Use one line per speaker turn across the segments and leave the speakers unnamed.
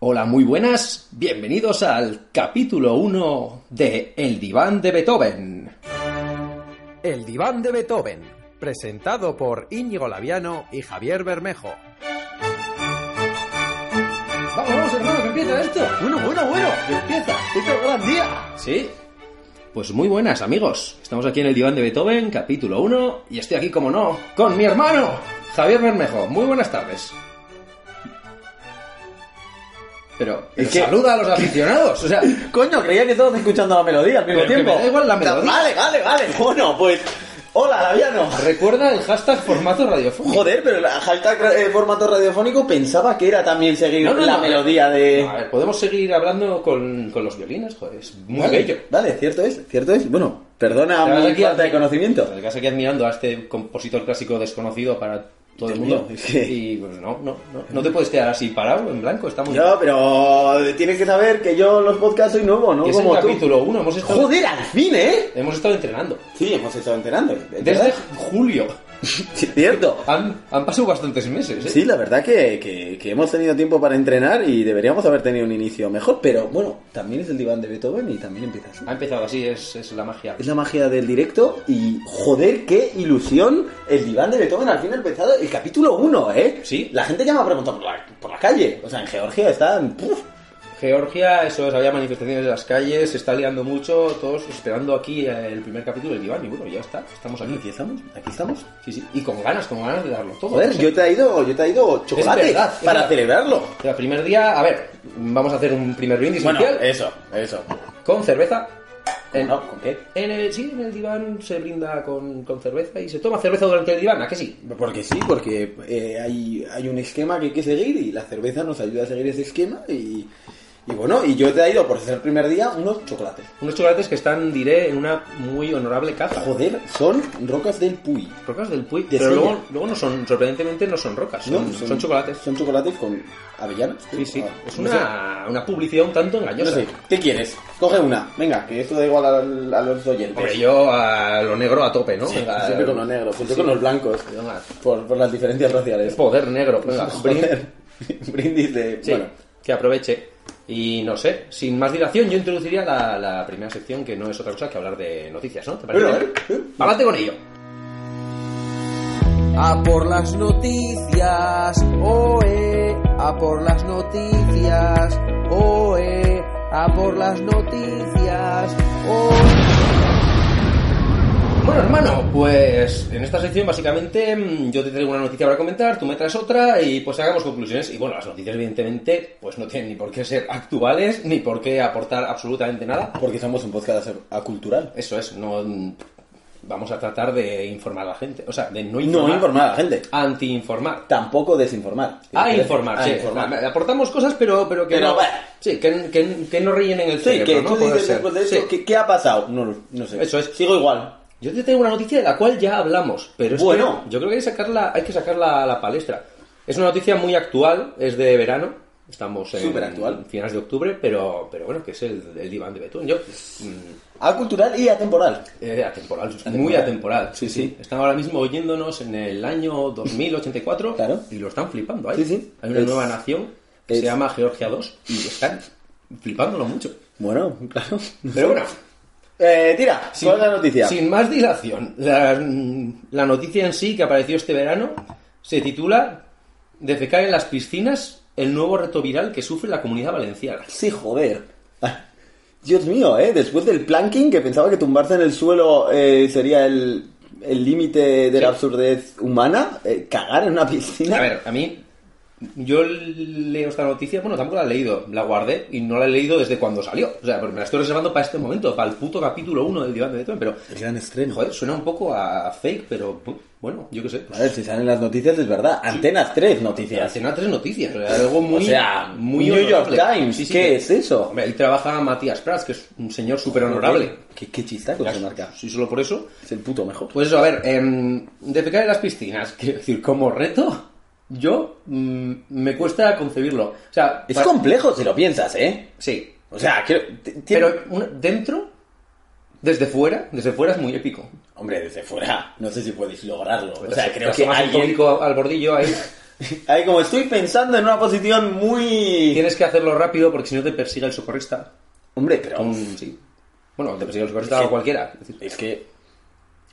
Hola, muy buenas. Bienvenidos al capítulo 1 de El diván de Beethoven.
El diván de Beethoven, presentado por Íñigo Laviano y Javier Bermejo.
Vamos, vamos, hermano, que empieza esto.
Bueno, bueno, bueno, empieza, es el gran día.
Sí. Pues muy buenas, amigos. Estamos aquí en El diván de Beethoven, capítulo 1, y estoy aquí, como no, con mi hermano, Javier Bermejo. Muy buenas tardes. Pero, pero
qué?
saluda a los aficionados, o sea,
Coño, creía que todos escuchando la melodía al mismo
Pero que
tiempo.
me da igual la melodía.
Vale, vale, vale. Bueno, pues. Hola, Laviano.
recuerda el hashtag formato radiofónico.
Joder, pero el hashtag eh, formato radiofónico pensaba que era también seguir
No, no,
la
no.
melodía de.
A ver, podemos seguir hablando con, con los violines, joder, es muy
Vale,
bello.
Vale, cierto es, cierto es. Bueno, perdona
Te vas
mi
aquí
falta
admi-
de conocimiento.
Te vas aquí admirando a este compositor clásico desconocido para todo el
Dios
mundo.
mío, es que-
Y pues no, no, no, no te puedes quedar así parado en blanco. Estamos.
Yo, pero tienes que saber que yo en los podcasts soy nuevo, ¿no?
Y es el
Como tú.
capítulo 1, hemos estado,
Joder, al fin, ¿eh?
hemos estado entrenando.
Sí, hemos estado enterando.
Desde julio.
Cierto.
Han, han pasado bastantes meses, ¿eh?
Sí, la verdad que, que- que hemos tenido tiempo para entrenar y deberíamos haber tenido un inicio mejor, pero bueno, también es el diván de Beethoven y también empieza así.
Ha empezado así, es, es la magia.
Es la magia del directo y joder, qué ilusión el diván de Beethoven al fin ha empezado el capítulo 1, ¿eh?
Sí.
La gente ya me ha preguntado por la, por la calle, o sea, en Georgia están... ¡puf!
Georgia, eso es, había manifestaciones en las calles, se está liando mucho, todos esperando aquí eh, el primer capítulo del diván. Y bueno, ya está, estamos
Aquí
aquí.
estamos, aquí estamos.
Sí, sí. Y con ganas, con ganas de darlo todo.
Joder, yo he traído, yo he traído chocolate
verdad, es
para
verdad.
celebrarlo.
El primer día, a ver, vamos a hacer un primer brindis inicial
eso, eso.
con cerveza. En,
eh, No, ¿con qué?
en el, sí, en el diván se brinda con, con cerveza y se toma cerveza durante el diván, ¿a que sí?
Porque sí, porque eh, hay, hay un esquema que hay que seguir y la cerveza nos ayuda a seguir ese esquema y, y bueno, y yo he traído por ser el primer día unos chocolates.
Unos chocolates que están, diré, en una muy honorable caja.
Joder, son rocas del Puy.
Rocas del Puy,
De
pero
Sella.
luego, luego no son, sorprendentemente no son rocas, son,
¿no?
son chocolates.
Son chocolates con avellanas.
Sí, sí,
Ah,
es
no sé.
una, una publicidad un tanto
No
engañosa.
sé, ¿qué quieres? Coge una, venga, que esto da igual al- a, los oyentes. eh,
Hombre, yo a lo negro a tope, ¿no? Venga,
Siempre con los negros, junto con los blancos,
Venga.
por, por las diferencias raciales.
Poder negro, venga, brindis.
Joder, brindis de...
Sí,
Bueno,
que aproveche. Y no sé, sin más dilación, yo introduciría la, la primera sección que no es otra cosa que hablar de noticias, ¿no? ¿Te parece?
Bueno,
bien?
¿eh?
¡Pa'lante con ello!
A por las noticias, oe, a por las noticias, oe, a por las noticias, oe.
Bueno, hermano, pues en esta sección básicamente mm, yo te traigo una noticia para comentar, tú me traes otra y pues hagamos conclusiones. Y bueno, las noticias evidentemente pues no tienen ni por qué ser actuales ni por qué aportar absolutamente nada.
porque somos un podcast acultural.
Eso es, no... mm, Vamos a tratar de informar a la gente, o sea, de no informar.
No informar a la gente.
Anti-informar.
Tampoco desinformar.
A Ah, informar,
A
sí.
ah, informar.
Aportamos cosas, pero, pero que
Pero,
no.
bueno.
Sí, que, que, que no rellenen el
Sí,
cerebro,
que
¿no?
tú
Puede
dices
ser.
después de eso,
Sí.
¿qué, qué ha pasado? No, lo- no sé.
Eso es.
Sigo igual.
Yo te tengo una noticia de la cual ya hablamos, pero es
Bueno.
que yo creo que hay que sacarla, hay que sacarla a la palestra. Es una noticia muy actual, es de verano, estamos en
Superactual.
finales de octubre, pero, pero bueno, que es el, el diván de Betún. Yo, mm,
Acultural y atemporal.
Eh, atemporal, muy atemporal.
Sí, sí.
Están ahora mismo oyéndonos en el año 2084
Claro.
y lo están flipando ahí.
Sí, sí.
Hay una
Es-
nueva nación que
es-
se llama Georgia 2 y están flipándolo mucho.
Bueno, claro.
Pero bueno,
Eh, tira, ¿cuál es la noticia?
sin más dilación, la, la noticia en sí que apareció este verano se titula Defecar en las piscinas, el nuevo reto viral que sufre la comunidad valenciana.
Sí, joder. Dios mío, ¿eh? Después del planking, que pensaba que tumbarse en el suelo eh, sería el el límite de la
Sí.
absurdez humana, eh, cagar en una piscina.
A ver, a mí. Yo leo esta noticia, bueno, tampoco la he leído, la guardé y no la he leído desde cuando salió. O sea, porque me la estoy reservando para este momento, para el puto capítulo 1 del Diván de Beethoven, pero.
El gran estreno.
Joder, suena un poco a fake, pero bueno, yo qué sé.
A ver, si salen las noticias es verdad. Antenas 3 noticias.
Hacen a tres noticias, o sea, algo muy.
Pues, o sea,
muy
New York
honorable.
Times,
Sí, sí,
¿qué
que-
es eso?
Hombre, ahí trabaja Matías Prats, que es un señor súper honorable.
Qué, qué chistaco se marca.
Sí, solo por eso.
Es el puto mejor.
Pues eso, a ver, em, defecar en las piscinas, quiero decir, como reto, yo mm, me cuesta concebirlo. O sea,
Es
pa-
complejo si lo piensas, ¿eh?
Sí,
O sea, quiero- t- tiene-
pero una- dentro, desde fuera, desde fuera es muy épico.
Hombre, desde fuera, no sé si podéis lograrlo. O sea,
Te
creo
asomas
que
un
alguien...
poquito al bordillo ahí.
Ahí como estoy pensando en una posición muy...
Tienes que hacerlo rápido porque si no te persigue el socorrista.
Hombre, pero...
Con- sí. Bueno, te persigue el socorrista o cualquiera. Es decir,
Es que...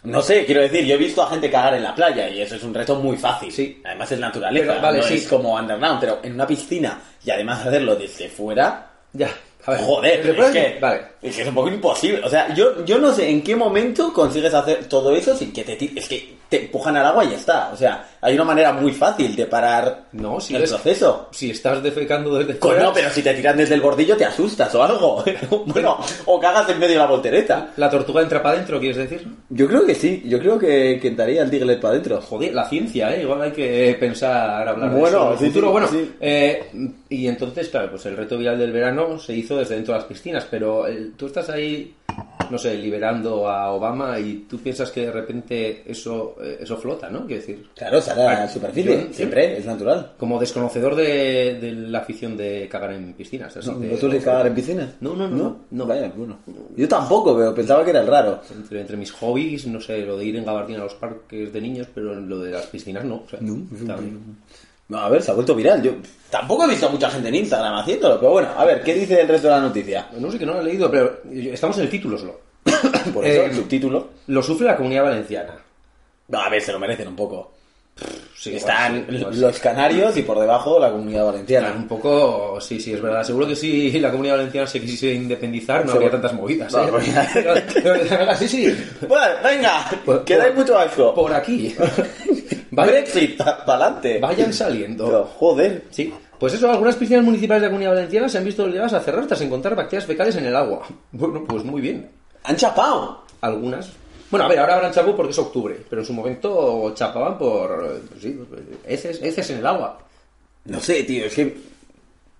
No sé, quiero decir, yo he visto a gente cagar en la playa y eso es un reto muy fácil.
Sí.
Además es naturaleza,
Pero, vale,
no
sí.
es como underground, pero en una piscina y además hacerlo desde fuera...
ya. A ver.
Joder,
¿Le
pero es
puedes-
que,
Vale.
es que es un poco imposible. O sea, yo, yo no sé en qué momento consigues hacer todo eso sin que te ti- Es que te empujan al agua y ya está. O sea, hay una manera muy fácil de parar
No, si
el
es-
proceso.
Si estás defecando desde fuera,
Coño, pero si te tiran desde el bordillo te asustas o algo. bueno, o cagas en medio de la voltereta.
la tortuga entra para adentro, ¿quieres decir?
Yo creo que sí, yo creo que, que entraría el Diglett para adentro.
Joder, la ciencia, ¿eh? Igual hay que pensar, hablar de
Bueno,
eso en el
sí,
futuro.
sí,
bueno,
sí.
eh, y entonces, claro, pues el reto viral del verano se hizo desde dentro de las piscinas, pero el- tú estás ahí, no sé, liberando a Obama y tú piensas que de repente eso, eh, eso flota, ¿no? Quiero decir,
Claro, sale a
Ah,
la superficie,
yo-
siempre, es natural.
como desconocedor de, de la afición de cagar en piscinas. así
No,
de-
Eh, ¿No sueles cagar en piscinas?
No, no, no,
¿No?
no.
Vaya, bueno. Yo tampoco, pero pensaba que era el raro.
Entre, entre mis hobbies, no sé, lo de ir en gabardina a los parques de niños, pero en lo de las piscinas no. o sea, también.
No, a ver, se ha vuelto viral. Yo tampoco he visto a mucha gente en Instagram haciéndolo, pero bueno, a ver, ¿qué dice el resto de la noticia?
No sé que no lo he leído, pero estamos en el título solo.
Por eso,
Eh,
el subtítulo.
Lo sufre la comunidad valenciana.
No, a ver, se lo merecen un poco.
Sí,
Están
igual sí, igual sí.
los canarios y por debajo la comunidad
Están
valenciana.
un poco, sí, sí, es verdad. Seguro que si la comunidad valenciana se quisiera independizar, no
Seguro.
habría tantas movidas.
No,
¿eh?
porque-
De verdad, sí, sí.
Bueno, venga,
Por-
que dais
por-
mucho asco.
Por aquí. Vayan,
Brexit, pa'lante.
vayan saliendo.
Pero, joder.
Sí. Pues eso, algunas piscinas municipales de la comunidad valenciana se han visto obligadas a cerrar tras encontrar bacterias fecales en el agua. Bueno, pues muy bien.
Han chapado.
Algunas. Bueno, a ver, ahora habrán chapú porque es octubre, pero en su momento chapaban por eh, pues sí, heces, heces en el agua.
No sé, tío, es que.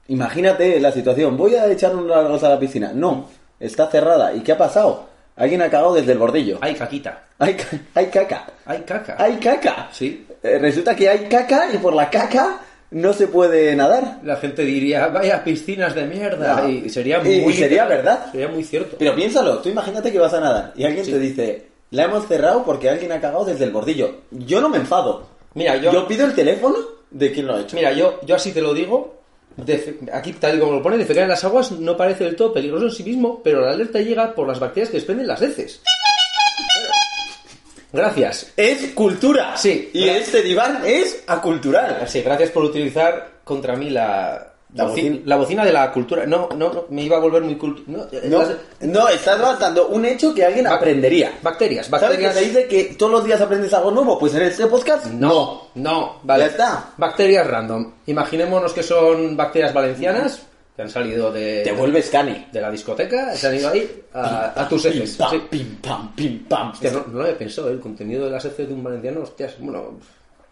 Imagínate la situación. Voy a echar un largo a la piscina. No, está cerrada. ¿Y qué ha pasado? Alguien ha cagado desde el bordillo.
Hay caquita,
Hay, ca- hay caca.
hay caca.
Hay caca.
Sí.
Eh, resulta que hay caca y por la caca no se puede nadar.
La gente diría, vaya piscinas de mierda.
No.
Y sería muy.
Y- y sería verdad.
Sería muy cierto.
Pero piénsalo, tú imagínate que vas a nadar y alguien
Sí.
te dice, la hemos cerrado porque alguien ha cagado desde el bordillo. Yo no me enfado.
Mira, yo-
pido el teléfono de quien lo ha hecho.
Mira, yo, yo así te lo digo. defe- Aquí, tal y como lo pone, defecar en las aguas no parece del todo peligroso en sí mismo, pero la alerta llega por las bacterias que desprenden las heces. Gracias.
Es cultura.
Sí.
Y este diván es acultural.
Sí, gracias por utilizar contra mí la,
La
boci-
bocina.
la bocina de la cultura. No, no, no, me iba a volver muy culto. No, eh,
No,
las-
no, estás lanzando un hecho que alguien
Ba-
aprendería.
Bacterias,
¿Sabes que
bacterias.
se dice que todos los días aprendes algo nuevo? Pues en este podcast,
No, no, vale.
Ya está.
Bacterias random. Imaginémonos que son bacterias valencianas que han salido de,
te vuelves cani.
de la discoteca, se han ido ahí a, a tus heces.
Pim, pam,
Sí.
pim, pam, pim, pam.
Hostia, no, no lo había pensado, ¿eh? el contenido de las heces de un valenciano, hostias, bueno,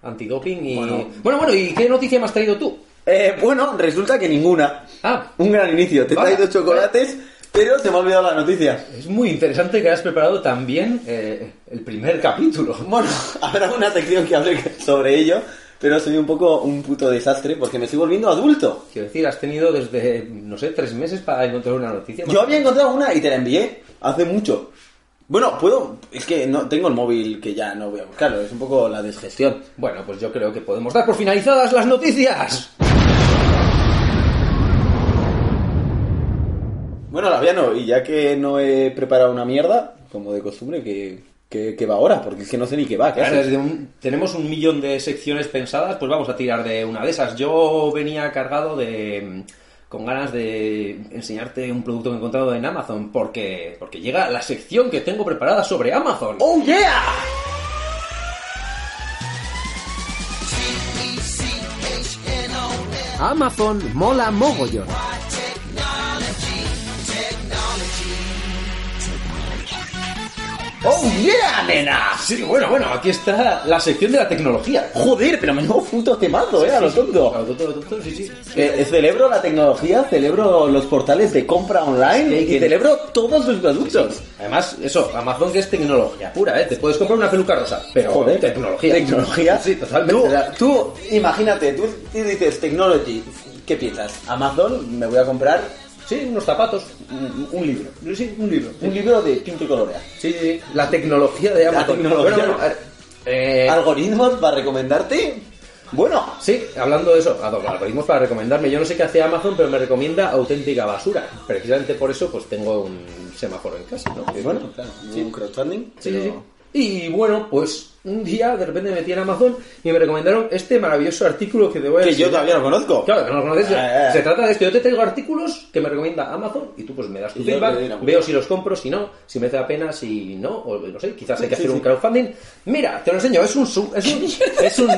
antidoping y...
Bueno.
Bueno, bueno, ¿y qué noticia me has traído tú?
Eh, bueno, resulta que ninguna.
Ah.
Un gran inicio. Te he
Vale.
traído chocolates, pero se me ha olvidado la noticia.
Es muy interesante que hayas preparado también eh, el primer capítulo.
Bueno, habrá una sección que hable sobre ello, pero soy un poco un puto desastre porque me estoy volviendo adulto.
Quiero decir, has tenido desde, no sé, tres meses para encontrar una noticia.
Yo había encontrado una y te la envié hace mucho. Bueno, puedo. Es que no tengo el móvil que ya no voy a buscarlo. Es un poco la desgestión.
Bueno, pues yo creo que podemos dar por finalizadas las noticias.
Bueno, Laviano, y ya que no he preparado una mierda, como de costumbre, que, que, que va ahora, porque es que no sé ni qué va. ¿qué
Claro,
haces?
desde un- tenemos un millón de secciones pensadas, pues vamos a tirar de una de esas. Yo venía cargado de mm, con ganas de enseñarte un producto que he encontrado en Amazon, porque, porque llega la sección que tengo preparada sobre Amazon.
¡Oh, yeah!
Amazon mola mogollón.
¡Oh, yeah, nena!
Sí, bueno, bueno, aquí está la sección de la tecnología.
Joder, pero menudo puto temazo, eh, a lo tonto.
Claro, tonto, tonto, sí, sí.
Eh, celebro la tecnología, celebro los portales de compra online
Sí,
y
que-
celebro todos sus productos.
Además, eso, Amazon que es tecnología pura, ¿eh? Te puedes comprar una peluca rosa, pero
Joder,
tecnología.
Tecnología.
Sí,
Tú,
totalmente.
tú, imagínate, tú, tú dices technology, ¿qué piensas? Amazon, me voy a comprar
Sí, unos zapatos.
un, un libro.
Sí, un libro.
Un libro de tinta y colorea.
Sí, sí, sí. La tecnología de Amazon.
tecnología.
Bueno, bueno, a ver, eh,
Algoritmos para recomendarte Bueno,
Sí, hablando de eso, ad- algoritmos para recomendarme. Yo no sé qué hace Amazon, pero me recomienda auténtica basura. Precisamente por eso, pues tengo un semáforo en casa, ¿no? Que,
eh, bueno, claro, un crowdfunding.
Sí, sí,
pero-
sí. Y bueno, pues un día de repente me metí en Amazon y me recomendaron este maravilloso artículo que te voy a
Que
enseñar.
yo todavía no conozco.
Claro, que no lo conoces.
Ah, ah.
Se trata de esto. Yo te traigo artículos que me recomienda Amazon y tú pues me das tu
Y yo
feedback,
le doy una vuelta.
veo si los compro, si no, si merece la pena, si no, o no sé, quizás hay que
Sí,
hacer
sí.
un crowdfunding. Mira, te lo enseño, es un... su- Es un, es un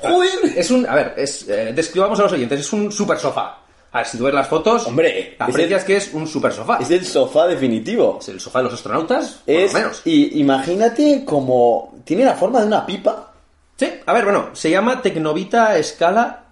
Joder.
Es un... A ver, es, eh, describamos a los oyentes, es un super sofá. A ver, si tú ves las fotos,
Hombre,
aprecias que es un super sofá.
Es el sofá definitivo.
Es el sofá de los astronautas, por
Es,
lo menos.
y imagínate como tiene la forma de una pipa.
Sí, a ver, bueno, se llama Tecnovita Escala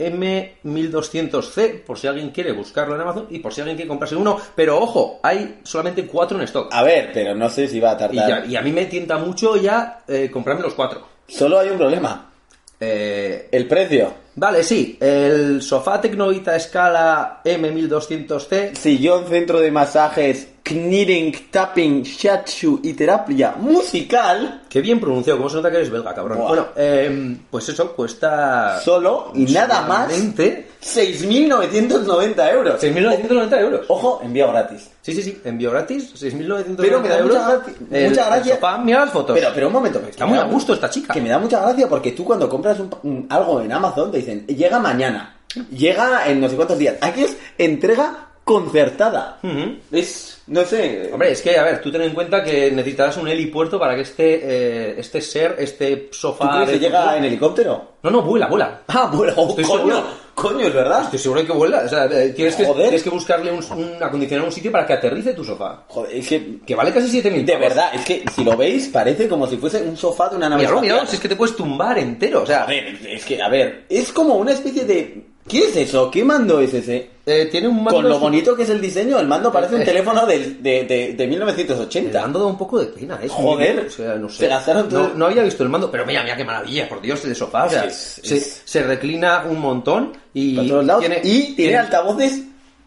M1200C, por si alguien quiere buscarlo en Amazon y por si alguien quiere comprarse uno, pero ojo, hay solamente cuatro en stock.
A ver, pero no sé si va a
Y,
tardar.
ya- y a mí me tienta mucho ya eh, comprarme los cuatro.
Solo hay un problema,
Eh,
el precio.
vale, sí, el sofá Tecnovita Escala M1200C,
Sillón, centro de masajes, knitting, tapping, shiatsu y terapia musical.
que bien pronunciado, como se nota que eres belga, cabrón.
Buah.
Bueno, em, pues eso cuesta...
Solo y nada más
solamente
6.990 euros.
6.990 euros.
Ojo, envío gratis.
Sí, sí, sí, envío gratis, 6.990
Pero me da
euros.
mucha gracia-
El-
mucha
el
gracia.
sofá, mira las fotos.
Pero, pero un momento. que
Está
me
muy
da
a
mu-
gusto esta chica.
Que me da mucha gracia porque tú cuando compras un- un- algo en Amazon te dicen, llega mañana, llega en no sé cuántos días. Aquí es entrega concertada.
Ujú.
Es, no sé.
Hombre, es que, a ver, tú ten en cuenta que necesitarás un helipuerto para que este, eh, este ser, este
¿tú
sofá...
crees que
del
llega
futuro-
en helicóptero?
No, no, vuela, vuela.
Ah, bueno, oh,
Estoy
coño,
seguro.
coño, es verdad.
Estoy seguro de que vuela. O sea, eh, tienes que,
Joder.
tienes que buscarle un, un- acondicionar un sitio para que aterrice tu sofá.
Joder, es que,
Que vale casi 7.000
de
pavos.
verdad, es que si lo veis parece como si fuese un sofá de una nave
Míralo, míralo,
espacial.
si es que te puedes tumbar entero. O
A
sea,
ver, es que, a ver, es como una especie de... ¿Qué es eso? ¿Qué mando es ese?
eh, tiene un mando...
Con lo bonito que es el diseño, el mando parece un
Eh,
teléfono del- de, de, de
El
1980.
mando da un poco de pena, ¿eh?
Eh, Joder,
O sea, no sé.
se gastaron todo-
No, no había visto el mando, pero mira, mira qué maravilla, por Dios, el sofá. O sea,
Es-
se,
es-
se reclina un montón y.
para todos lados. y tiene, altavoces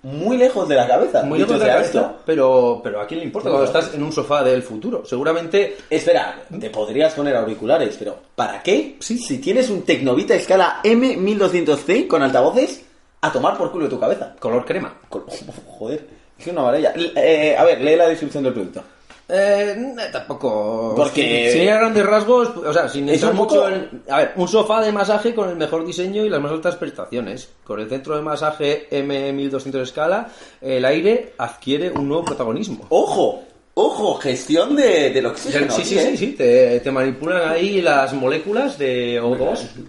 muy lejos de la cabeza.
Muy
dicho
lejos de la
sea
cabeza,
esto.
pero, pero ¿a quién le importa
Muy
cuando
lejos.
estás en un sofá del futuro? Seguramente.
Espera, te podrías poner auriculares, pero ¿para qué? Sí, si tienes un Tecnovita escala M1200C con altavoces, a tomar por culo tu cabeza.
color crema.
Col- Joder, es una maravilla. L- eh, a ver, lee la descripción del producto.
Eh, no, tampoco.
Porque-
Si, si a grandes rasgos, o sea, sin
Es
entrar
un poco-
mucho en. A ver, un sofá de masaje con el mejor diseño y las más altas prestaciones. Con el centro de masaje M1200 escala, el aire adquiere un nuevo protagonismo.
¡Ojo! ¡Ojo! Gestión de, del oxígeno.
sí, sí,
aquí,
sí,
¿eh?
sí, te, te manipulan ahí las moléculas de O2,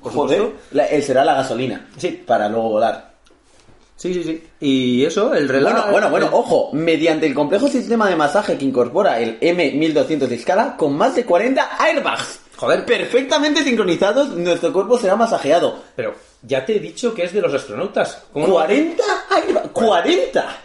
por
Joder,
supuesto.
la- eh, será la gasolina.
Sí.
Para luego volar.
Sí, sí, sí. Y eso, el relato.
Bueno, bueno, bueno, ojo, mediante el complejo sistema de masaje que incorpora el M1200 de escala con más de 40 airbags.
Joder.
perfectamente sincronizados, nuestro cuerpo será masajeado.
Pero ya te he dicho que es de los astronautas. ¿Cómo no?
40 airbags, 40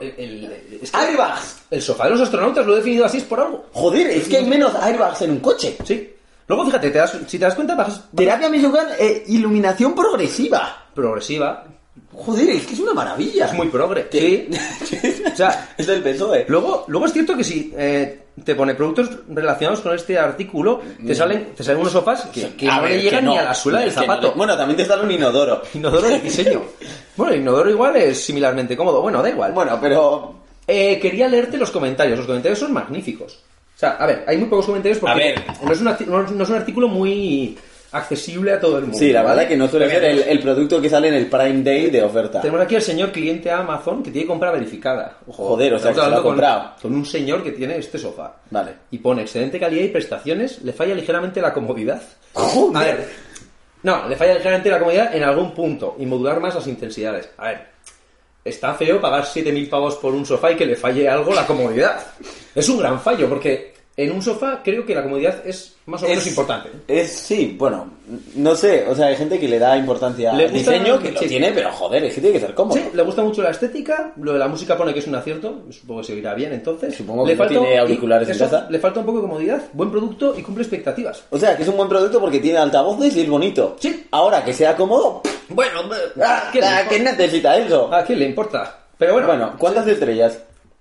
El, el-
Ah,
es que
airbags.
el sofá de los astronautas lo he definido así es por algo.
Joder, es que hay menos airbags en un coche.
Sí. Luego, fíjate, te das- si te das cuenta, bajas
Terapia Mizukan, eh, iluminación progresiva.
progresiva.
Joder, es que es una maravilla.
Es muy progre.
Sí.
Sí. o sea,
es del eh. PSOE.
Luego, luego es cierto que si eh, te pone productos relacionados con este artículo, te salen, te salen unos sofás que, que
Mm. A
no
ver,
le
que
llegan
no,
ni a la suela del
que no le-
zapato.
Bueno, también te sale un inodoro.
Inodoro de diseño. Bueno, el inodoro igual es similarmente cómodo. Bueno, da igual.
Bueno, pero
Eh, quería leerte los comentarios. Los comentarios son magníficos. O sea, a ver, hay muy pocos comentarios porque
A ver.
No, es un arti- no es- no es un artículo muy accesible a todo el mundo.
Sí, la verdad
¿vale?
que no suele
Pero
ser el, el producto que sale en el Prime Day de oferta.
Tenemos aquí al señor cliente Amazon que tiene compra verificada. Ojo,
Joder, o sea,
estamos
que se lo ha
hablando con-
comprado.
Con, un señor que tiene este sofá.
Vale.
Y pone excelente calidad y prestaciones, le falla ligeramente la comodidad.
Joder.
A ver, no, le falla ligeramente la comodidad en algún punto y modular más las intensidades. A ver, está feo pagar 7.000 pavos por un sofá y que le falle algo la comodidad. Es un gran fallo porque en un sofá creo que la comodidad es más o menos importante.
Es, sí, bueno, no sé, o sea, hay gente que le da importancia
Le
al
gusta-
diseño, que lo
sí.
tiene, pero joder, es que tiene que ser cómodo.
Sí, le gusta mucho la estética, lo de la música pone que es un acierto, supongo que se oirá bien entonces.
Supongo que
Le
no tiene auriculares en
eso,
casa.
Le falta un poco de comodidad, buen producto y cumple expectativas.
O sea, que es un buen producto porque tiene altavoces y es bonito.
Sí.
Ahora que sea cómodo,
Bueno,
¡ah!
¿a quién,
ah, ¿qué
le,
necesita eso?
importa? ¿A quién le importa? Pero Ah, bueno,
Bueno, ¿cuántas estrellas?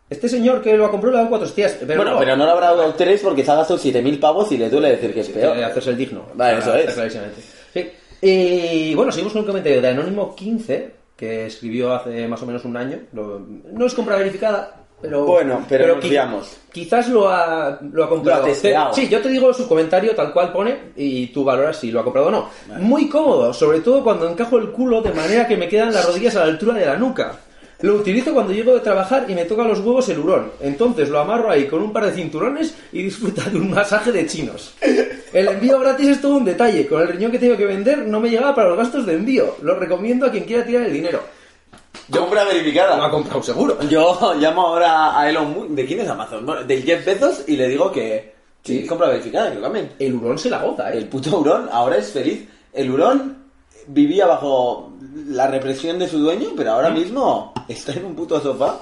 este señor que lo ha comprado le dan cuatro hostias. Pero
bueno, pero no le habrá dado tres porque se ha gastado 7.000 pavos y le duele decir que es
Tiene
peor.
que Eh, hacerse el digno.
Vale, eso
Está
es.
clarísimamente. Sí. Y bueno, seguimos con un comentario de Anónimo 15, que escribió hace más o menos un año. Lo- no es compra verificada, pero.
Bueno, pero nos fiamos.
Quizás lo ha, lo ha comprado.
Lo ha testeado.
Sí, yo te digo su comentario tal cual pone y tú valoras si lo ha comprado o no. Muy cómodo, sobre todo cuando encajo el culo de manera que me quedan las rodillas a la altura de la nuca. Lo utilizo cuando llego de trabajar y me toca los huevos el hurón. Entonces lo amarro ahí con un par de cinturones y disfruta de un masaje de chinos. El envío gratis es todo un detalle. Con el riñón que tengo que vender no me llegaba para los gastos de envío. Lo recomiendo a quien quiera tirar el dinero.
Compra
Lo ha
verificada.
comprado seguro.
Yo llamo ahora a Elon Musk. ¿De quién es Amazon? Bueno, del Jeff Bezos y le digo que. Sí, compra verificada, que lo cambien.
El hurón se la goza, ¿eh?
El puto hurón ahora es feliz. El hurón vivía bajo la represión de su dueño, pero
Mm.
ahora mismo está en un puto sofá.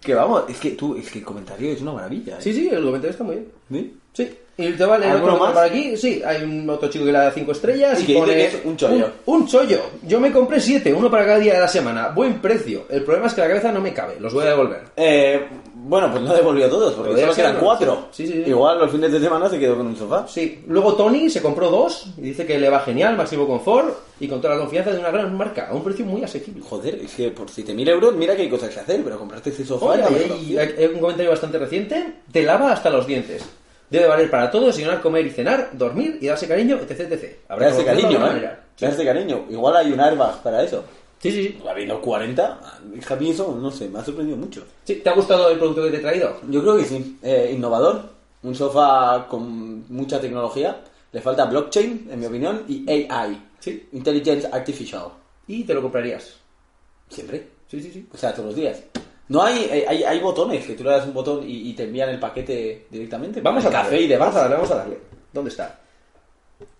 Que vamos, es que tú, es que el comentario es una maravilla. ¿eh?
Sí, sí, el comentario está muy bien.
¿Sí?
Sí. Y te vale el
¿Alguno
otro
más?
por aquí. Sí, hay un otro chico que le da 5 estrellas
Y
y
que dice
pone.
que es un chollo.
Un, un chollo. Yo me compré 7, uno para cada día de la semana. Buen precio. El problema es que la cabeza no me cabe. Los voy a devolver.
Eh, bueno, pues no devolvió todos, porque
Podría
solo
ser,
quedan
¿no?
cuatro.
Sí, sí, sí.
Igual los fines de semana se quedó con un sofá.
Sí. Luego Tony se compró dos y dice que le va genial, máximo confort y con toda la confianza de una gran marca. A un precio muy asequible.
Joder, es que por 7.000 euros, mira que hay cosas que hacer, pero comprarte ese sofá.
Oye,
ya me
hay, hay- hay un comentario bastante reciente. Te lava hasta los dientes. Debe valer para todo, señalar, comer y cenar, dormir y darse cariño, etc. etc. Habrá que hacerlo de
Darse cariño,
alguna
¿eh?
manera.
Darse cariño. Igual hay un airbag para eso.
Sí, sí, sí.
Habiendo 40, a mí eso, no sé, me ha sorprendido mucho.
Sí, ¿Te ha gustado el producto que te he traído?
Yo creo que sí. Eh, innovador, un sofá con mucha tecnología. Le falta blockchain, en mi opinión, y AI.
Sí.
Intelligence Artificial.
Y te lo comprarías.
Siempre.
Sí, sí, sí.
O sea, todos los días. No hay, eh, hay, hay botones que tú le das un botón y, y te envían el paquete directamente.
Vamos a
El
darle.
café y demás.
Vamos a darle, vamos a darle. ¿Dónde está?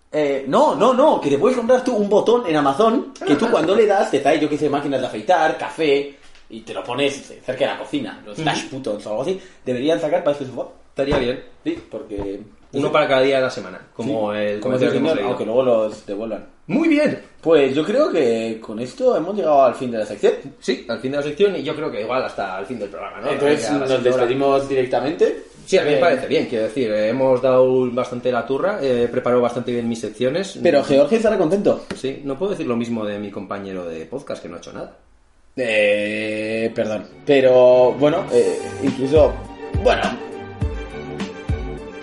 Eh, no, no, no, que te puedes comprar tú un botón en Amazon que tú cuando le das te trae, yo qué sé, máquinas de afeitar, café y te lo pones cerca de la cocina, los dash putos o algo así. Deberían sacar para este sofá.
Estaría bien.
Sí, porque.
Uno para cada día de la semana, como
Sí,
el
como dice
comentario que hemos
señor,
leído.
Aunque luego los devuelvan.
Muy bien.
Pues yo creo que con esto hemos llegado al fin de la sección.
Sí, al fin de la sección y yo creo que igual hasta el fin del programa, ¿no?
Entonces
Ya a las
nos
siete horas.
despedimos directamente.
Sí, a mí me
Eh,
parece bien, quiero decir, eh, hemos dado bastante la turra, eh, he preparado bastante bien mis secciones.
Pero George estará contento.
Sí, no puedo decir lo mismo de mi compañero de podcast que no ha hecho nada.
Eh, perdón. Pero bueno, eh, incluso. Bueno.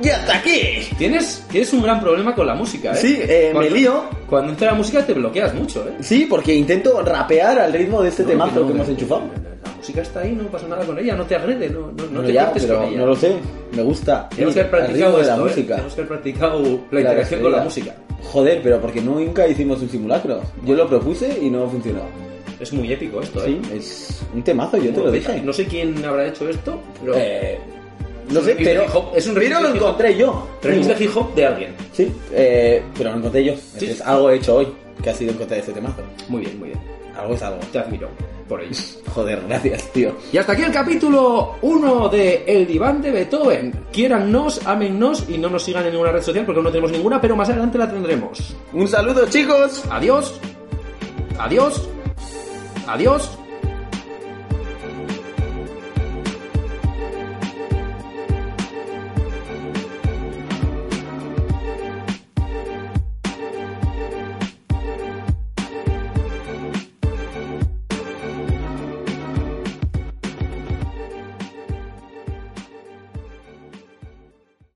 ¡Y hasta aquí!
Tienes, tienes un gran problema con la música, ¿eh?
Sí, eh, me lío.
Cuando entra la música te bloqueas mucho, ¿eh?
Sí, porque intento rapear al ritmo de este
No,
temazo
no,
que
no,
hemos enchufado.
La música está ahí, no pasa nada con ella, no te agrede, no, no, no
Bueno,
te
ya,
cortes
pero
con ella.
no lo sé. Me gusta.
Tenemos que
el
haber practicado
ritmo de la
esto, ¿eh?
música.
Tenemos que haber practicado la interacción con la música.
Joder, pero porque nunca hicimos un simulacro. Yo lo propuse y no funcionó.
Es muy épico esto, ¿eh?
Sí, es un temazo, yo te lo dije.
No sé quién habrá hecho esto, pero...
Eh, no sé,
remix de
pero,
hip hop, es un remix
pero lo
de hip hop.
encontré yo.
Remix de hip hop de alguien.
Sí, eh, pero lo encontré yo. Entonces,
sí.
algo he hecho hoy que ha sido encontrar ese este temazo.
Muy bien, muy bien.
Algo es algo.
Te admiro por ello.
Joder, gracias, tío.
Y hasta aquí el capítulo 1 de El Diván de Beethoven. Quiérannos, ámennos y no nos sigan en ninguna red social porque aún no tenemos ninguna, pero más adelante la tendremos.
Un saludo, chicos.
Adiós. Adiós. Adiós.